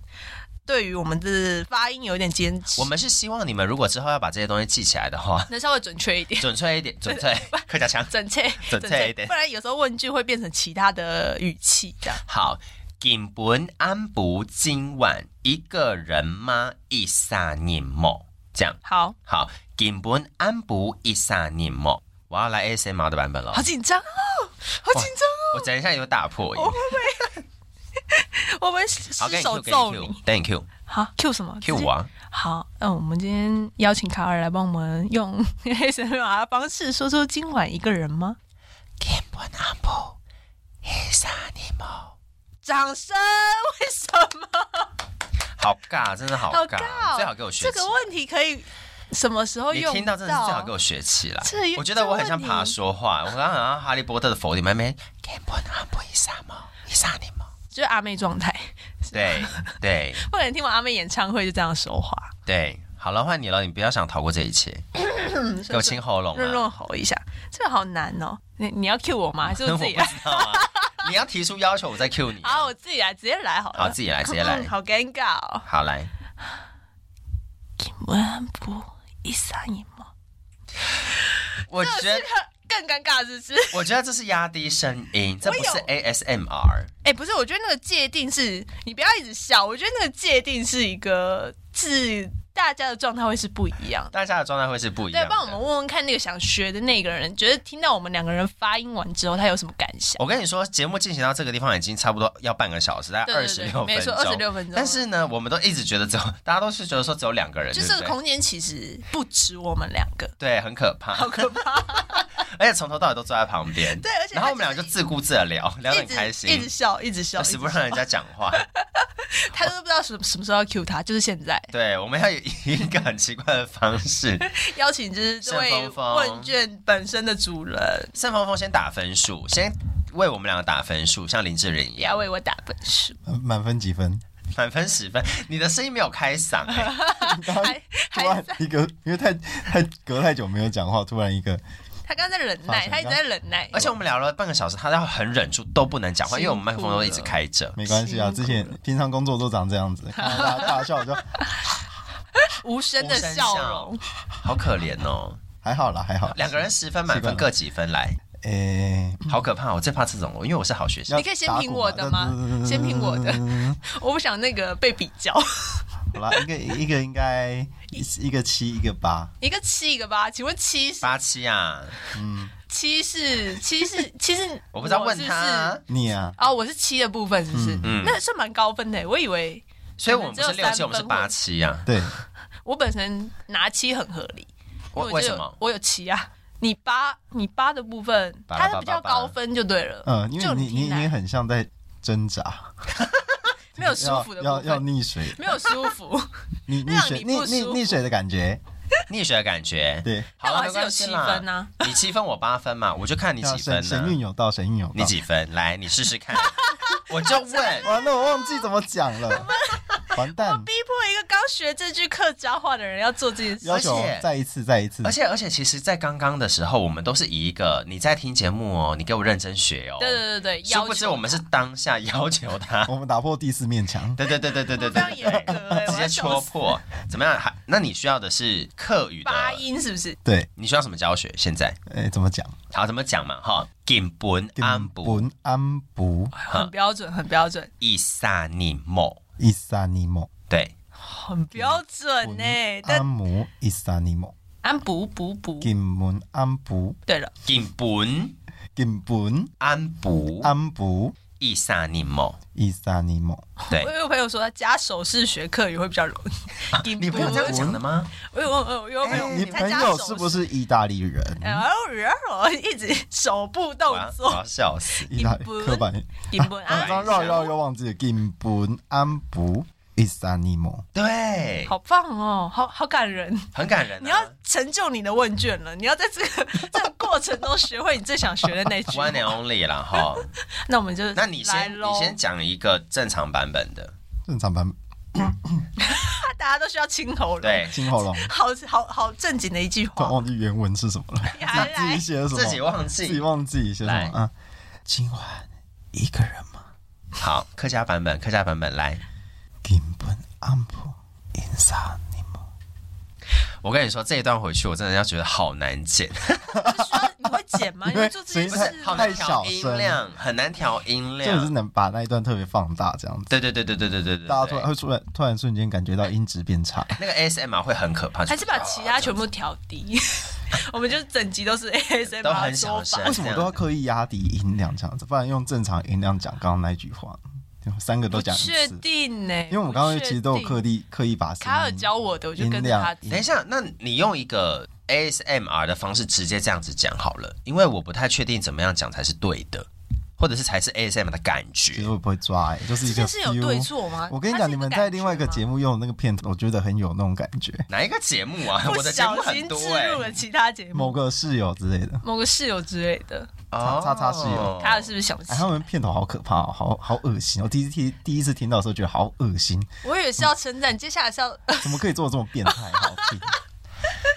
对于我们的发音有一点坚持，
我们是希望你们如果之后要把这些东西记起来的 话，
能稍微准确一点。
准确一点，准确，客家腔。
准确，
准确一点
不然有时候问句会变成其他的语气这样。
好，金本安不今晚一个人吗？一撒念某，这样
好，
好。金本安不一撒念某，我要来 ASMR 的版本了
好。紧张哦，好紧张
我等一下有打破音。
哦，我们
好，
失
给你
手
Q，
揍
给你
你
Q，。给你 Q，
好，Q 什么
Q
直接
我啊。
好，嗯，我们今天邀请卡尔来帮我们用 ASMR 的方式说出今晚一个人吗？
金本安不一撒念某，
掌声！为什么
好尬，真的好
好
尬，啊
尬哦
最好给我学
这
起。
个问题可以什么时候
你
用
听到真的是最好给我学起来
这。又
我觉得我很像爬
这问你
说话，我刚刚好像哈利波特的否定妹妹，根本啊不会杀吗？会杀你吗？
就是阿妹状态。
对对
不可能听完阿妹演唱会就这样说话，
对，好了，换你了，你不要想逃过这一 切，
嗯，
给我清喉咙
润
啊！
润喉一下，这个好难哦。你你要 cue 我吗？ 还是
我
我
不
自己
知
来？
道啊，你要提出要求，我再 Q 你。啊
好，我自己来，直接来好了。
好，自己 来，直接来
嗯。好尴尬哦。
好来，
一三一吗？
我
这
觉
是
得
更更尴尬，是不是？
我觉得这是压低声音，这不
我
是
有
ASMR。
哎，不是，我觉得那个界定是，你不要一直笑。我觉得那个界定是一个是大家的状态会是不一样的。
大家的状态会是不一样的。
对，帮我们问问看那个想学的那个人，觉得听到我们两个人发音完之后，他有什么感想？
我跟你说，节目进行到这个地方已经差不多要半个小时，大概
对
二
对
十
对
六分
没错，
钟。
二十六分钟。
但是呢，我们都一直觉得只有大家都是觉得说只有两个人，
就
对
这
不
个
对
空间其实不止我们两个，
对，很可怕，好可怕。 而且从头到尾都坐在旁边，
对而且他
然后我们俩就自顾自的聊，聊得
一
很
直
开
一直
心，
笑，一直笑，
死不
一直笑
让人家讲话。
他都不知道什么什么时候要 cue 他，就是现在
对，我们要以一个很奇怪的方式。
邀请就是这
盛
位
风风
问卷本身的主人，
盛峰峰先打分数，先为我们两个打分数，像林志玲一
也要
样，
为我打分数，
满满分几分？
满分十分。你的声音没有开嗓、 欸，
刚刚
还
突
还
然一个，因为太太隔太久没有讲话，突然一个
他刚刚在忍耐，他一直在忍耐，
而且我们聊了半个小时，他要很忍住都不能讲话，因为我们麦克风都一直
辛苦了
开着。
没关系啊，
辛
之
苦
前平常工作都长这样 子，看到大家大笑我就
无声
无
的
声
笑
笑
容，
好可怜哦，
还好啦，还好啦。
两个人十分满
习惯
分
了
各几分来？
诶，
好可怕！我最怕这种，因为我是好学生
要。
你可以先
打
评
鼓
我的吗
嗯
先评我的 我不想那个被比较，
好啦，一个一个应该一一个七，一个八，
一个七一个八，请问七是
八七啊，
嗯
七是七是七是，
我不知道问他
我是
啊、
是
你啊，
哦，我是七的部分是不是？
嗯嗯
那算蛮高分的，我以为
所以我们不是
只
六
有三
七，
分
我们是八七啊。
对，
我本身拿七很合理，因
为
我
为
就
什
有
么？
我有七啊？你八你八的部分，
八
它
八
的比较
八八
高分就对了，
嗯，因
就
为你你
听来
你很像在挣扎，
没有舒服的
要
部
要要
分，
溺水，
没有舒服，
溺
让
溺水
你
溺
不
溺
舒
溺水的感觉，
溺水的感觉。
对，
但
好
我
了，没
还是有
关系
七
啦。
分啊呢。
你七分，我八分嘛，我就看你
要
几
神
分
神韵
呢？
有道，神韵有道。
你几分？来，你试试 看。我就问，
完了，我忘记怎么讲了，完蛋，
逼迫一个刚学这句客家话的人要做这件事
要，求
而且
再一次，再一
嗯
次
而。且而且，其实，在刚刚的时候，我们都是以一个你在听节目哦，你给我认真学哦。
对对对对，
殊
要
不知
求
我们是当下 要求 他。
我们打破第四面墙，
对对对对对对
非常
对
严格欸，
对，直
我
接
要
戳
笑死
破。怎么样？还那你需要的是课语的
八音是不是？
对，
你需要什么教学？现在
哎，怎么讲？
好怎么讲嘛？哈，金本安不
本安不
很标准，很标准，
伊萨尼莫，
伊萨尼莫，
对，
很标准呢。
哎
安
但
姆伊萨尼莫，
安补补补，
金本安不
对了，
金本
金本
安不
安不
伊萨尼莫，
伊萨尼莫，
对
我，有朋友说他加手势学课语会比较容易。
你朋友这样讲的吗？
我有我有我有朋
哎
友，
哎你
他
朋
加手
友是
势哎
不是意大利人？
然后然后一直手部动
我要我
作，
要笑死！
意大利
金本
刻板，
金本
刚
哎
啊，
刚绕一绕又忘记了金本安不伊萨尼莫，
对，
好棒哦，好好感人。
很感人啊。
你要成就你的问卷了，你要在这个 这个过程中学会你最想学的 那句。
one and only 啦哈，
那我们 就
那你
来
先
咯
你先，讲一个正常版本的，
正常版
怕大家都需要清喉咙。
对，
金喉咙，
好好好正经的一句
突然
话，
忘记原文是什么了，
你还
自己
来
写的什么？
自己忘记
自己忘记写
来
什么啊？今晚一个人吗？
好，客家版本，客家版本来。
根本安不因啥你们
我跟你说，这一段回去我真的要觉得好难剪，
就需要你会剪吗？你
因
会
为
做这件
声音
事
太
吗
好
太
难
小
调音
声，
量，很难调音
就
量
是。能把那一段特别放大这样子，
对对对对对对对对，
大家突然会突然突然瞬间感觉到音质变 差。
那个 ASMR 会很可怕，
还是把其他全部调低？ 我们就整集 都是 ASMR
都很
说
小声。
法
为什么都要刻意压低音量这样子？不然用正常音量讲刚刚那句话，三个都讲一
确
次。
定呢、
因为我们刚刚其实都有刻
课，
意刻意把声音哎
卡尔教我的，我就跟
音
着
量
他
等一下，那你用一个 ASMR 的方式直接这样子讲好了，因为我不太确定怎么样讲才是对的。或者是才是 ASM 的感
其
觉
实。我也不会抓、欸，就是一
这
个
件事有
feel
对错吗？
我跟你
它
讲，
是一个
你们
感
在另外一个
觉
节目用的那个片头，我觉得很有那种感觉。
哪一个节目啊？
吗
我
不
的节目
小
很
心
多
置
哎、
入了其他节
某
目，
个室友之类的，
某个室友之类的，
哦
叉叉室友
大家是不是想不起
哎，？他们片头好可怕哦，好好恶心！我第一次第一次听到的时候觉得好恶心，
我以为是要称赞，接下来是要
怎么可以做得这么变态？好听！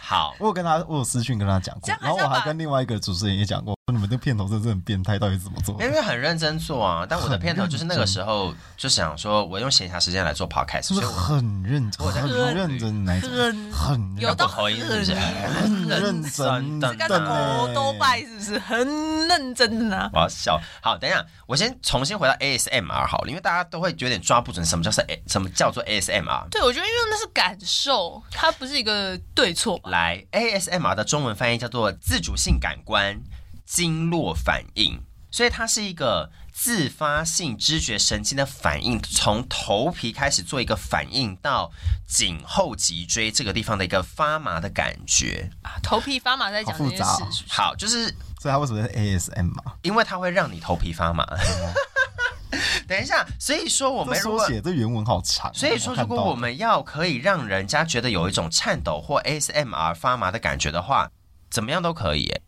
好，
我有跟他，我有私讯跟他讲
这样，
过
还
然
是要
后我
把
还跟另外一个主持人也讲过，说你们这片头真的是很变态，到底怎么做
因
的？
为很认真做啊，但我的片头就是那个时候就想说，我用闲暇时间来做 podcast，
是
所以
不是
我
很认真、
我在
很认真的那一种
很，
很
有
认
到
口音是不是
很
很认真的
这
该
个
是
是
狗
呢，
都拜是不是很认真呢、
我要笑。好，等一下，我先重新回到 ASMR 好了，因为大家都会有点抓不准什么叫是 A，什么叫做 ASMR。
对，我觉得因为那是感受，它不是一个对错吧？
来，ASMR 的中文翻译叫做自主性感官经络反应，所以它是一个自发性知觉神经的反应，从头皮开始做一个反应到颈后脊椎这个地方的一个发麻的感觉。
啊头皮发麻在讲这
好复
件
杂
事
哦，
是不是
好，就是
所以他为什么是 ASM 嘛？
因为它会让你头皮发麻。 等一下，所以说我
这
们如
缩
果
写这原文好长，啊
所以说，
看
如果
到
我们要可以让人家觉得有一种颤抖或 ASMR 发麻的感觉的话，怎么样都可以耶。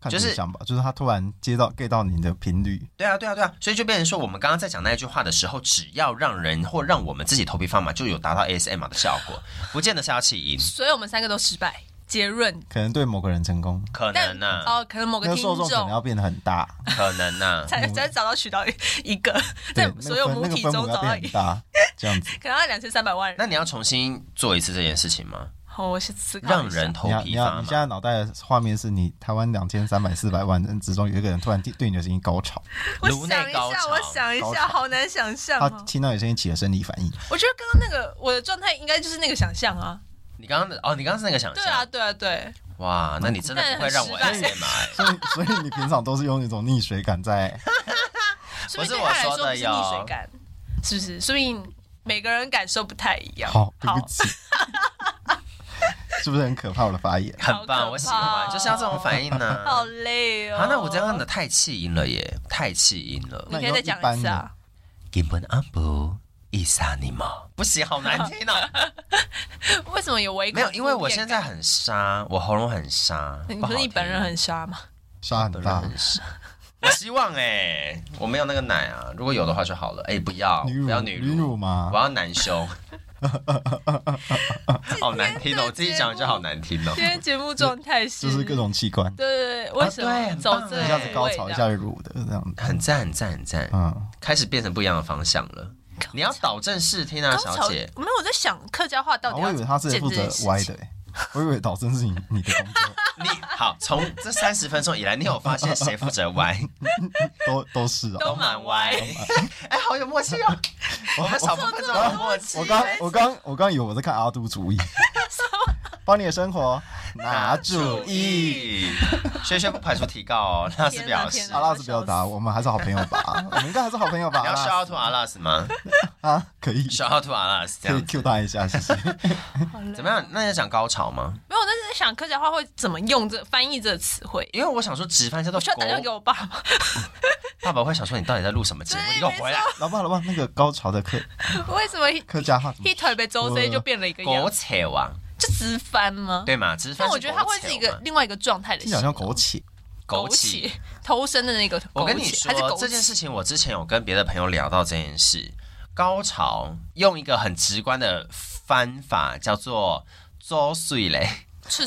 看
就是
对象吧，就是他突然接到 get 到你的频率，
对啊，对啊，对啊，所以就变成说，我们刚刚在讲那一句话的时候，只要让人或让我们自己头皮发麻，就有达到 ASMR 的效果，不见得是要气音，
所以我们三个都失败。结论，
可能对某个人成功，
可
但
能啊呐、
哦，可能某
那
个
个
听
受众可能
众
要变得很大，
可能呐、
才才找到取到一个，
对
在，所有
那个
母
分那个
体
分
中
母
找到
要
一
变 很，大，这样子。
可能要两千三百万人。
那你要重新做一次这件事情吗？
好，我先思考一下
让人头
你要你
皮
要
发
你现
麻？
在脑袋的画面是你台湾两千三百四百万人之中有一个人突然对对你的声音高潮，
我
颅
想一
内高
下，
潮
我想一
高
下，
潮
好难想象
他
哦。
听到你声音起了生理反应，
我觉得刚刚那个我的状态应该就是那个想象啊。
你刚刚的哦，你刚刚是那个想
对
象，
啊，对啊，对。
哇，那你真的不会让我
那很失
ASMR 欸
所以所以你平常都是用一种溺水 感在，
说
不
明
是
对
我
他来
说
说
的
不是
哟
溺水感，是不是？说明每个人感受不太一样。
好，对不起，是不是很可怕我的发言？
很
好可怕哦
棒，我喜欢，就是要这种反应呢、
好
啊。
累哦。
那我这样的太气音了耶，太气音了。
你可以再讲一次啊。
根本阿布伊萨尼玛，不行，好难听哦。
为什么有微
没有，因为我现在很沙，我喉咙很沙。
你
不好
不是你
听
本人很沙吗？
沙很
本人
大，
很沙。 我希望哎、我没有那个奶啊，如果有的话就好了。哎、不要，
女乳
不要女
女乳啊吗
我？要男 胸。好难听哦，我自己讲就好难听哦
今。天节目状态是
就是各种器官，
对对对，为什
啊对
么
很
走
棒
这
啊
个
一下子高潮，
味
一
道
下子乳的这样子，
很赞，很赞，很赞，
嗯，
开始变成不一样的方向了。你要导正视听啊，
高潮
小姐。
没有，我在想客家话到
啊
底
我
要
以为他是
见
负
这
责
件事
歪
情
的、欸，我以为导正是你你的工作，
你好，从这三十分钟以来，你有发现谁负责歪？
都都是啊。
都蛮歪
都蛮歪。 哎，好有默契 哦！我们少部分这么默契
我。刚我刚我刚以为我在看阿杜主义， 帮你的生活拿主意。
咦，轩轩不排除提告哦，那是表
天
示
哪。
阿拉斯不要打我，我们还是好朋友 吧？我们应该还是好朋友吧？
你要
阿拉斯
shout out to 阿拉斯吗
啊，可以
？shout out to 阿拉斯这
可以
样子
Q 他一下，谢 谢。
好累
怎么样？那要讲高潮吗？
没有，我但是在想客家话会怎么用这翻译这个词汇。
因为我想说，直翻叫做
我需要打电话给
狗，
我爸妈，
爸爸会想说你到底在录什么节目？
对
你给我回来！
老爸老爸，那个高潮的客
为什么一
客家话怎么
一腿被周 C 就变了一个
狗
样，
扯王，
就直翻吗？
对嘛？直翻
但
是
我觉得它会是一
狗扯
个
嘛
另外一个状态的
听起来
形
好像
容，
苟且？
枸杞
杞。偷生的那个枸杞，
我跟你
还是枸
说
杞
这件事情，我之前有跟别的朋友聊到这件事。高潮用一个很直观的翻法叫做“周水嘞
是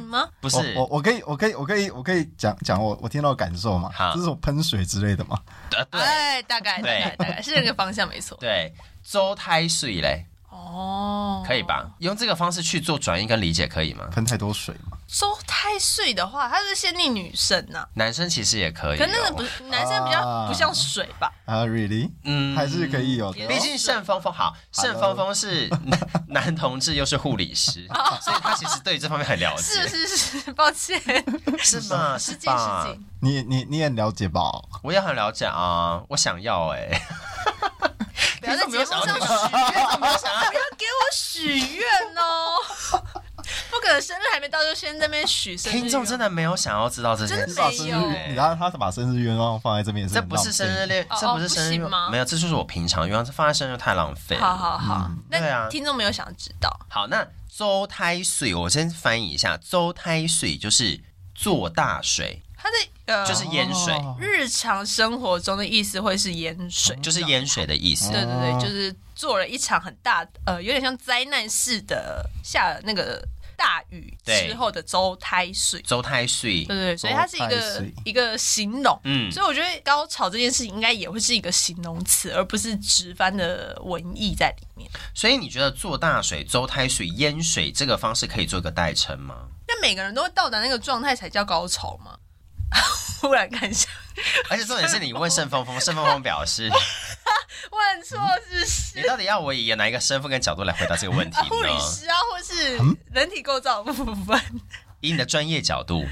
吗？”，
不
我
是
我我可以我可以我可以我可以讲讲我我听到的感受嘛
好？
这是我喷水之类的嘛？
呃对
哎，大概大
对
概大概是那个方向没错。
对“周胎水嘞
哦”，
可以？吧？用这个方式去做转移跟理解，可以吗？
喷太多水嘛？
周太岁的话，它是限定女生呐，
男生其实也可以、
可
哦，
能那个不是男生比较不像水吧？
啊，really？
嗯
还是可以有的
也
哦。
毕竟盛峰峰好，
Hello
盛峰峰是男男同志又是护理 师，所以他其实对这方面很了
哦是
解，
是是，抱歉，
是吗？是
失敬失
吧？
敬。
你你你也了解吧？
我也很了解啊，我想要哎、
不要在节目上
听众没
许
有
愿，
想要听众没有想要
不要给我许愿哦！不可能的生日还没到，就先在那边许生日愿
听
望。
众真的没有想要知道这件
真
事
的
你
情
把生
没有
日，你让他把生日愿望放在这边也是
这
很
不
浪费
是生日恋，
哦
这不是生日
哦不行吗
没有，这就是我平常愿望，这放在生日太浪费了。
好好好，那、
对啊
听众没有想知道，
好，那周胎水，我先翻译一下，周胎水就是做大水，
他的呃，
就是淹水，
哦
日常生活中的意思会是淹水，
就是淹水的意思。
嗯对对对，就是做了一场很大，呃，有点像灾难式的下了那个大雨
对
之后的周胎水，
周胎水
对，对对，所以它是一
周胎
个
水
一个形容。
嗯，
所以我觉得高潮这件事情应该也会是一个形容词，而不是直翻的文艺在里面。
所以你觉得做大水、周胎水、淹水这个方式可以做一个代称吗？
那每个人都会到达那个状态才叫高潮吗？ 忽然看一下，
而且重点是你问盛 峰峰，盛峰峰表示，
问错是不是
你到底要我以哪一个身份跟角度来回答这个问题
啊，护理
呢？
师啊，或是人体构造的部分，
以你的专业角度，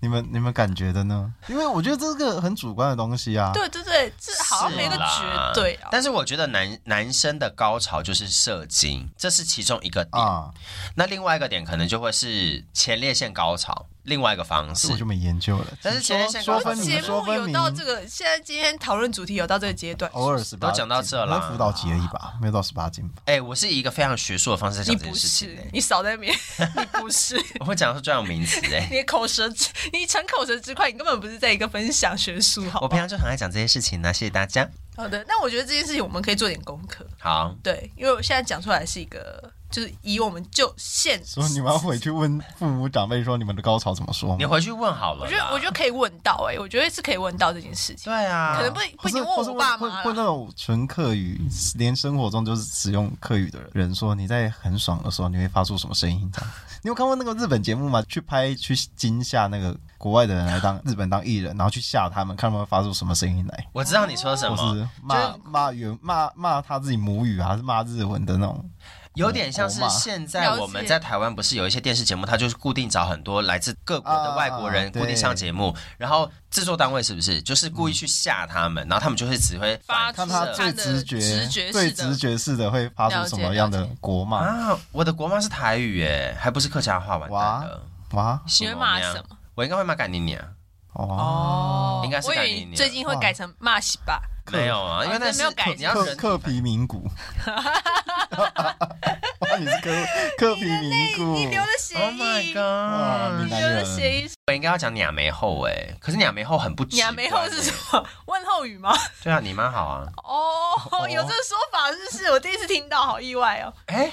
你们你们感觉的呢？因为我觉得这个很主观的东西啊。
对对对，这好像没个
是啦
绝对啊。
但是我觉得男男生的高潮就是射精，这是其中一个点。
啊，
那另外一个点可能就会是前列腺高潮，另外一个方式
这我。就没研究了。
但是前列腺
说
高
分
潮
明
节
说
目
分
有到这
明，
个，现在今天讨论主题有到这个阶段，
哦
偶尔十八
都讲到这啦
那辅导级而已吧，没有到十八斤吧。
哎、我是以一个非常学术的方式在
你
讲这
不
件事情、
是
哎，
你少在那边，你不是，
我会讲出专有名词哎、
你的口舌之，你逞口舌之快，你根本不是在一个分享学术， 好
我
不
平
好？
常就很爱讲这些事情呢、谢谢大家。
好的，那我觉得这件事情我们可以做点功课，
好，
对，因为我现在讲出来是一个，就是以我们就现，
所以你们要回去问父母长辈说你们的高潮怎么说
你
吗？
回去问好了啦。
我觉得我觉得可以问到、哎，我觉得是可以问到这件事情，
对啊，
可能不不
或
一
是
定
或
问
是
我
问
爸
问
妈
问
啦。
那种纯客语，连生活中就是使用客语的人说你在很爽的时候你会发出什么声音？这样， 你有看过那个日本节目吗？去拍去惊吓那个国外的人来当日本当艺人，然后去吓他们，看他们会发出什么声音来。
我知道你说什
或
么，
是骂骂原骂骂他自己母语啊，还是骂日文的那种，
有点像是
国骂
现在我们在台湾不是有一些电视节目，它就是固定找很多来自各国的外国人
啊
固定上节目，然后制作单位是不是就是故意去吓他们，然后他们就会只会
嗯发
反
看
出
他
的
最直觉、
直觉式的
最直觉式的会发出什么样的国骂？
啊，我的国骂是台语哎，还不是客家话，完蛋了。
哇
你会骂什么？
我应该会骂干你娘，
哦，
哦
应该是
我以
干
为
你哦
你最近会改成骂西吧，
客
没有啊，因为
哦
那是
那没有改
你要
克
人
克皮名 古，哇，你是克克皮名古，
你留了协
，Oh my
议，
哇，
god！
闽
你
南
留了
人，
协议，
我应该要讲娘梅后哎，可是娘梅后很不直
你
观欸。
还没后是什么？问候语吗？
对啊，你妈好啊。
哦，有这个说法，是不是？我第一次听到，好意外哦。
哎，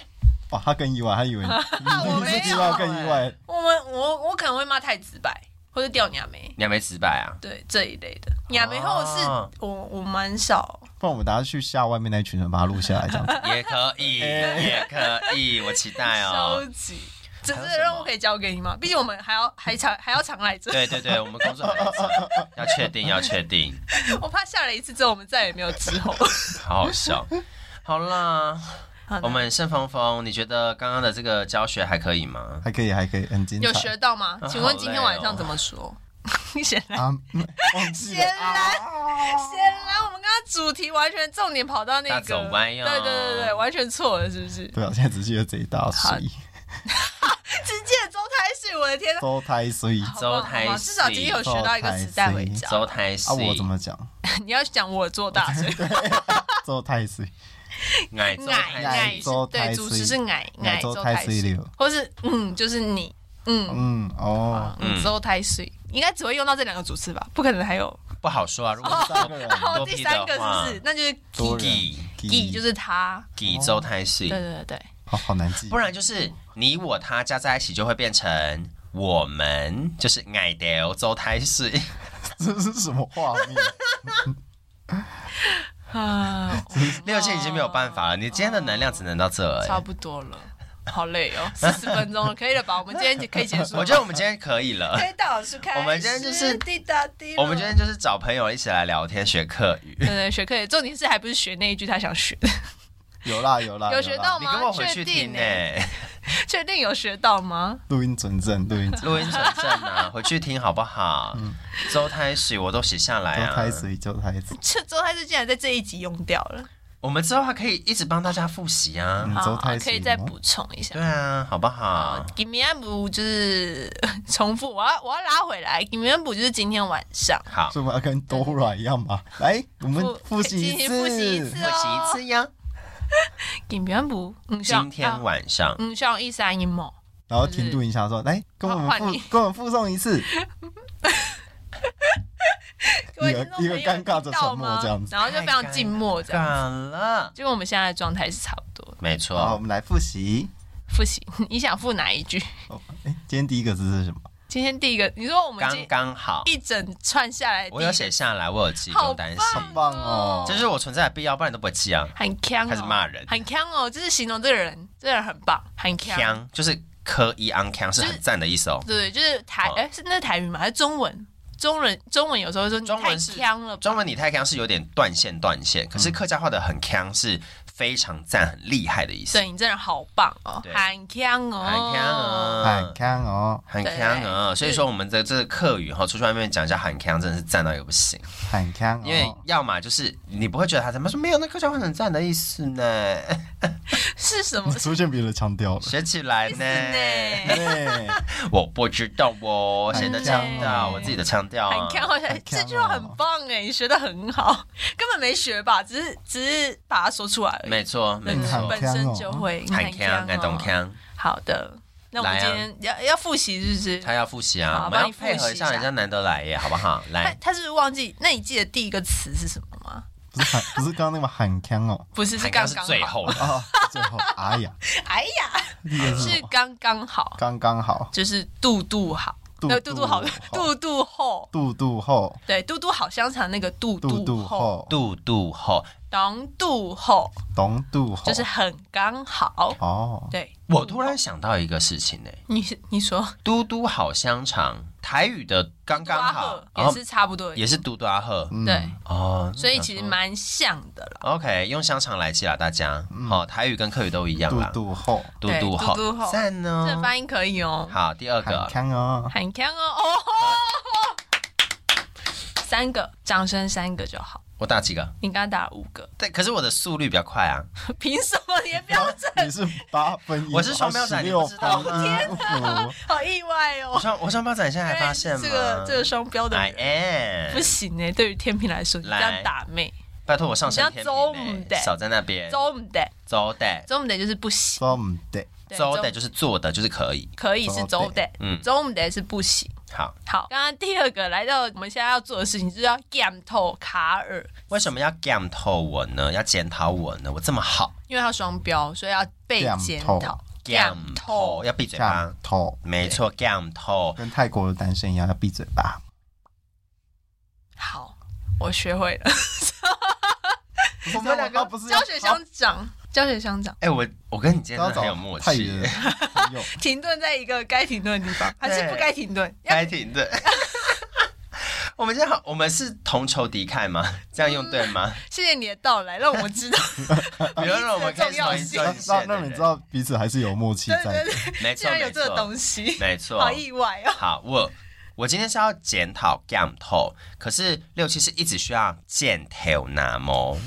哇，他更意外，他以为你
我
你
没有欸
是意外更意外，
我们我我可能会骂太直白，或者掉娘梅，
娘梅直白啊。
对这一类的。娘梅后是
哦
我我蛮少，
不然我们等下去吓外面那一群人，把他录下来这 样子。
也可以，
哎
也可以，我期待
收
哦。
集。这
还
这
有
个
什么
任务可以交给你吗？毕竟我们还要还常还要常来这，
对对对，我们工作很认真，要确定，要确定，
我怕下了一次之后我们再也没有之后。
好好笑。好啦，
好的
我们盛峰峰，你觉得刚刚的这个教学还可以吗？
还可以，还可以，很精
有
彩
学到吗
啊？
请问今天晚上怎么说？ 显然
啊！嗯忘记了
显
啊
然显然，我们刚刚主题完全重点跑到那
大
个，
走歪
对
哟
对对对，完全错了，是不是？
对啊，现在只记得这一大
好
水，
直接周胎水，我的天呐！
周胎水啊，
好吧
周胎水
好吧至少今天有学到一个词带回家。
周台西，
啊我怎么讲？
你要讲我做大水，
周胎水，
矮 周
矮
台
矮
矮
西？
周胎
对
水
主持是矮矮
哎
矮
周
周
胎
胎水
水
流，
或是嗯就是你嗯
嗯 哦，
嗯
嗯周胎水，应该只会用到这两个主词吧？不可能还有
不好说啊。如果
三个人
哦
多
第
批
三
的
个是
话
不是？那就是
多人
gi
己就是他，
gi 周台
对
西，
对对 对，
好好难记
不，然就是你我他加在一起就会变成我们，就是矮的周台西。
这是什么画面？
啊，
六线已经没有办法了，你今天的能量只能到这哎、
差不多了，好累 哦，四十分钟了，可以了吧？我们今天可以结束了。
我觉得我们今天可以了，
推导是开始
我们今天就是
滴答滴了。
我们今天就是找朋友一起来聊天学课语。
对对学课也，重点是还不是学那一句他想学的，
有啦有啦，
有学
啦
到
你
吗？
跟我回去
确定
听
呢、
哎、
确定有学到吗？
录音准证，录 音准
录音存证啊，回去听好不好？
嗯
周胎水我都写下来
周
啊
哎
胎。水，周胎水，
这周太是竟然在这一集用掉了，
我们之后还可以一直帮大家复习啊。
嗯
好
周
好，
太
可以
行
再
吗
补充一下
对。啊，好不好
啊？g i m m e a m 就是 重复，我要我要拉回来。g i m m e a m 就是今天晚上
好，
所以我们要跟 Dora 一样嘛？来，我们复习
进
一
行
次，
复习一次
复习一次呀。
g i m m e a m 嗯，
今天晚上
嗯，像一三一某，
然后停顿一下说：“来，跟我们
换
复
你
跟我们附送一次。
各位
一个
听众朋友
一个尴尬的
听到
沉默
吗
这样子
然后就非常静默这
干
样。
了，
就跟我们现在的状态是差不多”的。
没
好，我
错，
们来复习。
复习， 你想复哪一句？
哦，哎，今天第一个字是什么？
今天第一个，你说我们今
刚刚好。
一整串下来，
我有写下来，我有记，不
好
用担心。
好棒哦！
这就是我存在的必要，不然你都不会记啊。
很强、哦，
开始骂人
很强哦，就是形容这个人，这个人很棒，很强。
腔就是科一昂腔是很赞的意思哦。
对，就是台，
好
哎、是那是台语吗？还是中文？中文中文有时候会说你
中
太
文是
强了吧，
中文你太腔是有点断线断线，可是客家话的很腔是非常赞、很厉害的意思。
对你这人好棒哦，
对
很强哦，
很腔啊
哦，
看，看哦，
很腔啊！所以说我们的这个客语哈，出去外面讲一下喊腔，真的是赞到一个不行。
看看哦，
因为要么就是你不会觉得他怎么说没有那客家话很赞的意思呢，
是什 么
你？出现别的腔 调了。哎
学起来呢。
呢，
对，
我不知道哦，谁的腔
很强
调？
哦
我自己的腔调啊
很。强，我
很强
这
哦
句话很棒哎，你学的很好，根本没学吧，只是只是把它说出来而已，
没错，没
嗯
很
错，
本
强
身
哦
就会
喊腔，
很
爱
强
懂
哦
腔。
好的，那我们
来啊
今天要要复习是不是？
他要复习
好
啊，我们
帮
要
你复
配合
习
一
一
下，
下
人家难得来耶，好不 好？
他
来，
他是不是忘记？那你记得第一个词是什么吗？
不是喊，不是刚刚那个喊腔哦。
不是，是
韩
刚
刚是
刚
最
好。
后了，
哦，最 后，哎呀，
哎呀，
第一个是什
是
么
刚刚好，
刚刚好，
就是肚肚好，
肚
那肚肚好， 肚肚厚，
肚肚厚，
对，肚肚好香肠那个肚
肚肚
厚，
厚，
肚肚后，
浓肚厚
懂肚厚，
就是很刚好，
哦，
对。
我突然想到一个事情呢，
你你说
嘟嘟好香肠，台语的刚刚好，
杜阿
然
赫
后
也是差不多的意
也
思，
是嘟嘟阿赫
嗯
对，
哦，
所以其实
那想说。
蛮像的啦。
OK，用香肠来记啦，大家。哦，台语跟客语都一样
肚
啦。
肚厚，
嘟
对
嘟好
嘟嘟吼，
赞
这
哦。
翻译可以哦，
好，第二
喊
个，
腔哦，
很强哦哦 吼。三个掌声，三个就好。
我打几个？
你刚刚打了五个，
对，可是我的速率比较快啊。
凭什么你的标准？
你是八分音，
我是双标仔
十
你
六
不知
分
道吗
音符，
好意外
我
哦！
双我双标仔，你现在才发现吗？
这个这个双标的
I
人
am
不行哎，对于天平来说，你这
来
样打妹，
拜托我上升天
你
平
要中午
呢
的，
少在那边。
周母的
周的，
周母的就是不行，
说唔对，
对
周的就是做的，就是可以。
可以是周的，
嗯
周母的是不行。
好，
好，刚刚第二个来到我们现在要做的事情，就是要 gam 透卡尔，
为什么要 g a m 透我呢？要检讨我呢？我这么好
因为它双标，所以要被检讨。
g a m 透要闭嘴
像
巴。
头，
没错 g a m 透
跟泰国的男生一样要闭嘴巴，
好，我学会了，
我们两个
啊不是要
教学相长，教学相长，
哎，我我跟你今天
要
真的
找
很有默
泰语
契
的， 朋友，
停顿在一个该停顿的地方，还是不该停顿？要
该停的。 我们今天好，我们是同仇敌忾吗？这样用对吗？
谢谢你的到来，让我们 知道，
比如让我们可以成为
嗯重
专
让
线
让
的
让
人
你知，道彼此还是有默契
对
在
对
的，
对，
没
竟
错，
然有
没
这个
错，
东西，
没错，
好意外哦。
好，我我今天是要检讨 gam 透，可是六七是一直需要检讨那么。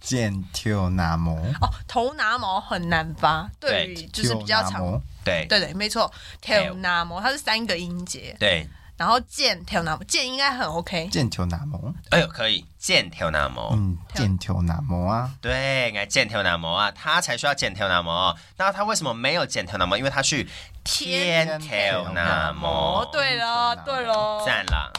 见跳那摩，
哦，头拿毛很难发，对于就是比较
跳拿
长
摩，
对
对对，没错，tail 拿毛它是三个音节，
对，
然后剑 tail 拿毛剑应该很 OK，
见跳那摩，
哎呦，可以检讨那么。
嗯，见跳那摩啊，
对，该检讨那么啊，他才需要检讨那么哦。那他为什么没有检讨那么？因为他去天讨那么
哦，。对了
天
对了，
赞了，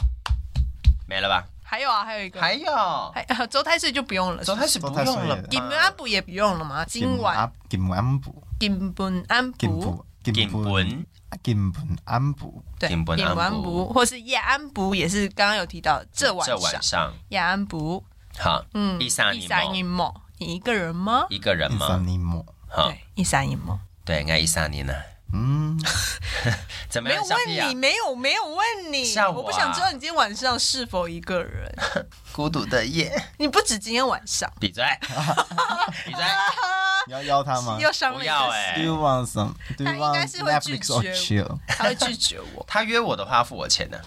没了吧？
还有啊，还有一个，
还有，
还呃周太岁就不用了，
周开始不用了吧，
金本安补也不用了嘛，今晚
金安补，
金本安
金
补，
补，金
金
补，
文
金补安补，
对，
金本安补
安补或是夜安补也是刚刚有提到的，这晚
这
上
晚上
夜安补，
好，
嗯，
一三一
一三一
梦
梦，你一个人吗？
一个人
一
吗
三？一摩，
好，
对，一三一梦。
对，应该一三年呢。
嗯，
怎么
没
样
有，
小
问
屁啊
你，？没有，没有问你。
吓我啊
不想知道你今天晚上是否一 个人。
孤独的夜，
你不止今天晚上，
闭 嘴，闭嘴，
你要 邀他吗
又
啊
伤
不
了一
要
个
哎、
？Do you want some? Do you
他应该
want
是会拒
Netflix or
绝
chill?
他会拒绝我。
他约我的话，付我钱的、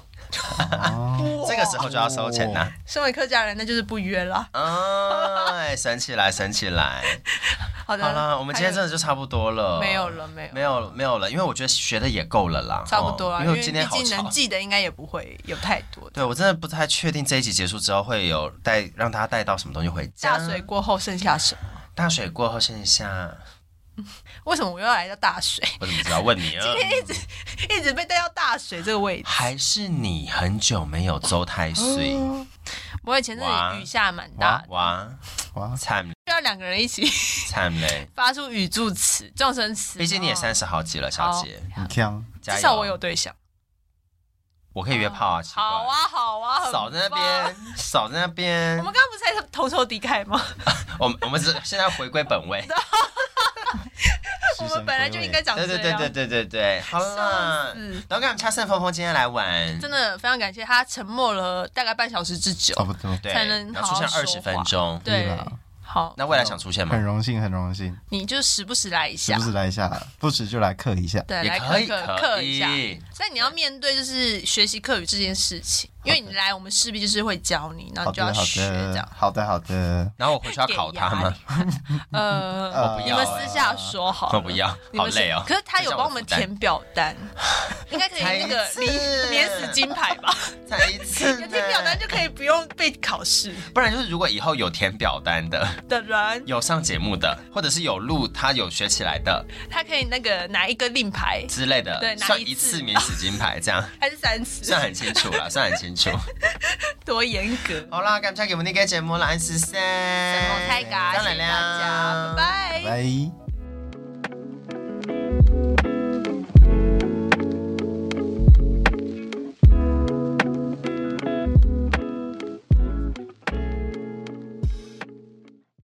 哦，
这个时候就要收钱呐、
身为客家人，那就是不约了。
哎，省起来，省起来。
好的，
好了，我们今天真的就差不多了，
没有了，没有，
没有没有了，因为我觉得学的也够了啦，
差不多
哦
啊，
因
因
为
为
今
毕
天好
竟能
吵。
记的应该也不会有太多。
对，我真的不太确定这一集结束之后会有带让大家带到什么东西回家。
大水过后剩下什么？
大水过后剩下，
为什么我又要来到大水？
我怎么知道？问你啊，
一直被带到大水这个位置。
还是你很久没有周太岁？
哦我以前
哇
是雨下蛮大
哇
的，
哇，
哇，
惨
需要两个人一起
惨嘞！
发出语助词、撞声词。
毕竟你也
然
三十好几了，小
好
姐，
很强，
加油
后，至少我有对象。
我可以约炮啊，奇怪
好， 啊，好啊，很
少在那
棒。
边，少在那
我
边
们，刚刚不是在同仇敌忾 吗？
我们我们只现在回归本 位。
我们本来就应该讲这
对
样。啊
对对对对对对，好啦
笑死，
然后感谢盛峰峰今天来玩，
真的非常感谢他沉默了大概半小时之久
哦
哦
差，不多，
对，
才能
然后出
好
现
好
二十
说
分
话
钟，
对
对嗯
啦，
好，
那未来想出现
很
吗？
荣幸，很荣幸，
你就时不时来一
时
下
不，时来一下，不时就来刻一下。
对，
也
来
可以
克
可
克
以
一下。但你要面对就是学习课语这件事情，因为你来，我们势必就是会教你，然后
好
你就要
的，好
学这
的
样，。
好的，好的。
然后我回去要考他吗？
呃，
不
你
要
们
啊
私下说好 了，
我不要
你
好
们私
累哦
可是他有帮我们
这样
填表单，应该可以
才
那个
一次
免免死金牌吧？
才一次
有
呢，
填表单就可以不用被考试
不然就是如果以后有填表单的，
的人，
有上节目的，或者是有录他有学起来的
他可以那个拿一个令牌，
之类的，
对拿
算
一
一
次
次免死金牌， 这样
还是三次
算，很清楚了，算很清 楚。
多严格。
好啦，感谢给我们的节目啦，安十三，
然后太嘎，
张
谢
奶
谢
奶
大家，拜拜
拜。